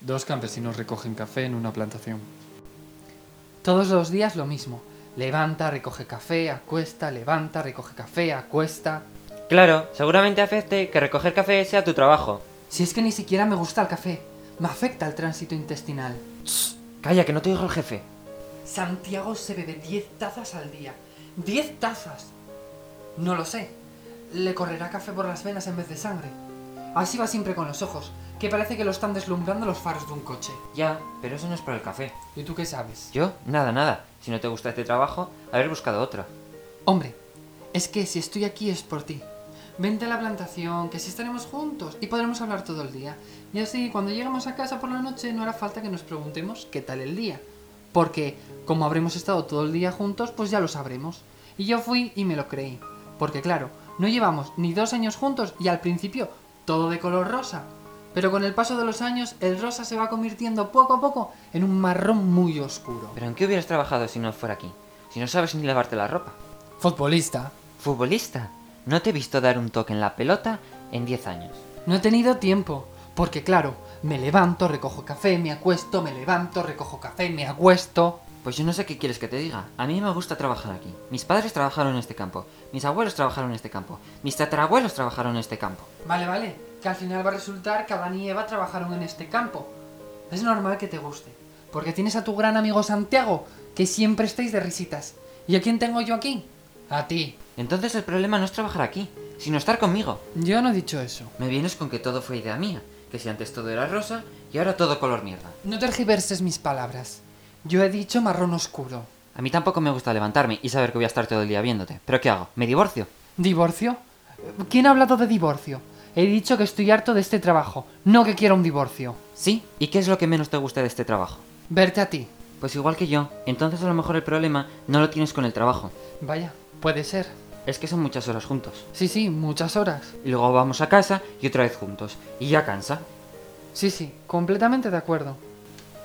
Dos campesinos recogen café en una plantación. Todos los días lo mismo. Levanta, recoge café, acuesta, levanta, recoge café, acuesta. Claro, seguramente afecte que recoger café sea tu trabajo. Si es que ni siquiera me gusta el café, me afecta el tránsito intestinal. Calla, que no te dijo el jefe. Santiago se bebe 10 tazas al día. ¡10 tazas! No lo sé. Le correrá café por las venas en vez de sangre. Así va siempre con los ojos, que parece que lo están deslumbrando los faros de un coche. Ya, pero eso no es por el café. ¿Y tú qué sabes? Yo, nada, nada. Si no te gusta este trabajo, haber buscado otro. Hombre, es que si estoy aquí es por ti. Vente a la plantación, que si estaremos juntos y podremos hablar todo el día. Y así, cuando lleguemos a casa por la noche, no hará falta que nos preguntemos qué tal el día. Porque, como habremos estado todo el día juntos, pues ya lo sabremos. Y yo fui y me lo creí. Porque claro, no llevamos ni dos años juntos y al principio todo de color rosa. Pero con el paso de los años, el rosa se va convirtiendo poco a poco en un marrón muy oscuro. ¿Pero en qué hubieras trabajado si no fuera aquí? Si no sabes ni lavarte la ropa. Futbolista. Futbolista. No te he visto dar un toque en la pelota en 10 años. No he tenido tiempo, porque claro, me levanto, recojo café, me acuesto, me levanto, recojo café, me acuesto. Pues yo no sé qué quieres que te diga. A mí me gusta trabajar aquí. Mis padres trabajaron en este campo. Mis abuelos trabajaron en este campo. Mis tatarabuelos trabajaron en este campo. Vale, vale, que al final va a resultar que Adán y Eva trabajaron en este campo. Es normal que te guste, porque tienes a tu gran amigo Santiago, que siempre estáis de risitas. ¿Y a quién tengo yo aquí? A ti. Entonces el problema no es trabajar aquí, sino estar conmigo. Yo no he dicho eso. Me vienes con que todo fue idea mía, que si antes todo era rosa y ahora todo color mierda. No tergiverses mis palabras. Yo he dicho marrón oscuro. A mí tampoco me gusta levantarme y saber que voy a estar todo el día viéndote. ¿Pero qué hago? ¿Me divorcio? ¿Divorcio? ¿Quién ha hablado de divorcio? He dicho que estoy harto de este trabajo, no que quiero un divorcio. ¿Sí? ¿Y qué es lo que menos te gusta de este trabajo? Verte a ti. Pues igual que yo, entonces a lo mejor el problema no lo tienes con el trabajo. Vaya, puede ser. Es que son muchas horas juntos. Sí, sí, muchas horas. Y luego vamos a casa y otra vez juntos. Y ya cansa. Sí, sí, completamente de acuerdo.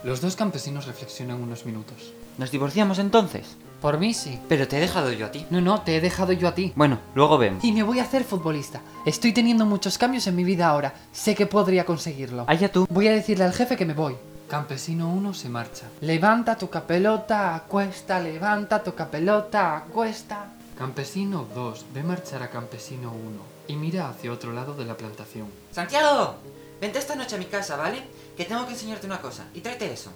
Los dos campesinos reflexionan unos minutos. ¿Nos divorciamos entonces? Por mí sí. Pero te he dejado yo a ti. No, no, te he dejado yo a ti. Bueno, luego vemos. Y me voy a hacer futbolista. Estoy teniendo muchos cambios en mi vida ahora. Sé que podría conseguirlo. Allá tú. Voy a decirle al jefe que me voy. Campesino 1 se marcha. Levanta, toca pelota, acuesta, levanta, toca pelota, acuesta. Campesino 2 ve marchar a Campesino 1 y mira hacia otro lado de la plantación. ¡Santiago! Vente esta noche a mi casa, ¿vale? Que tengo que enseñarte una cosa. Y tráete eso.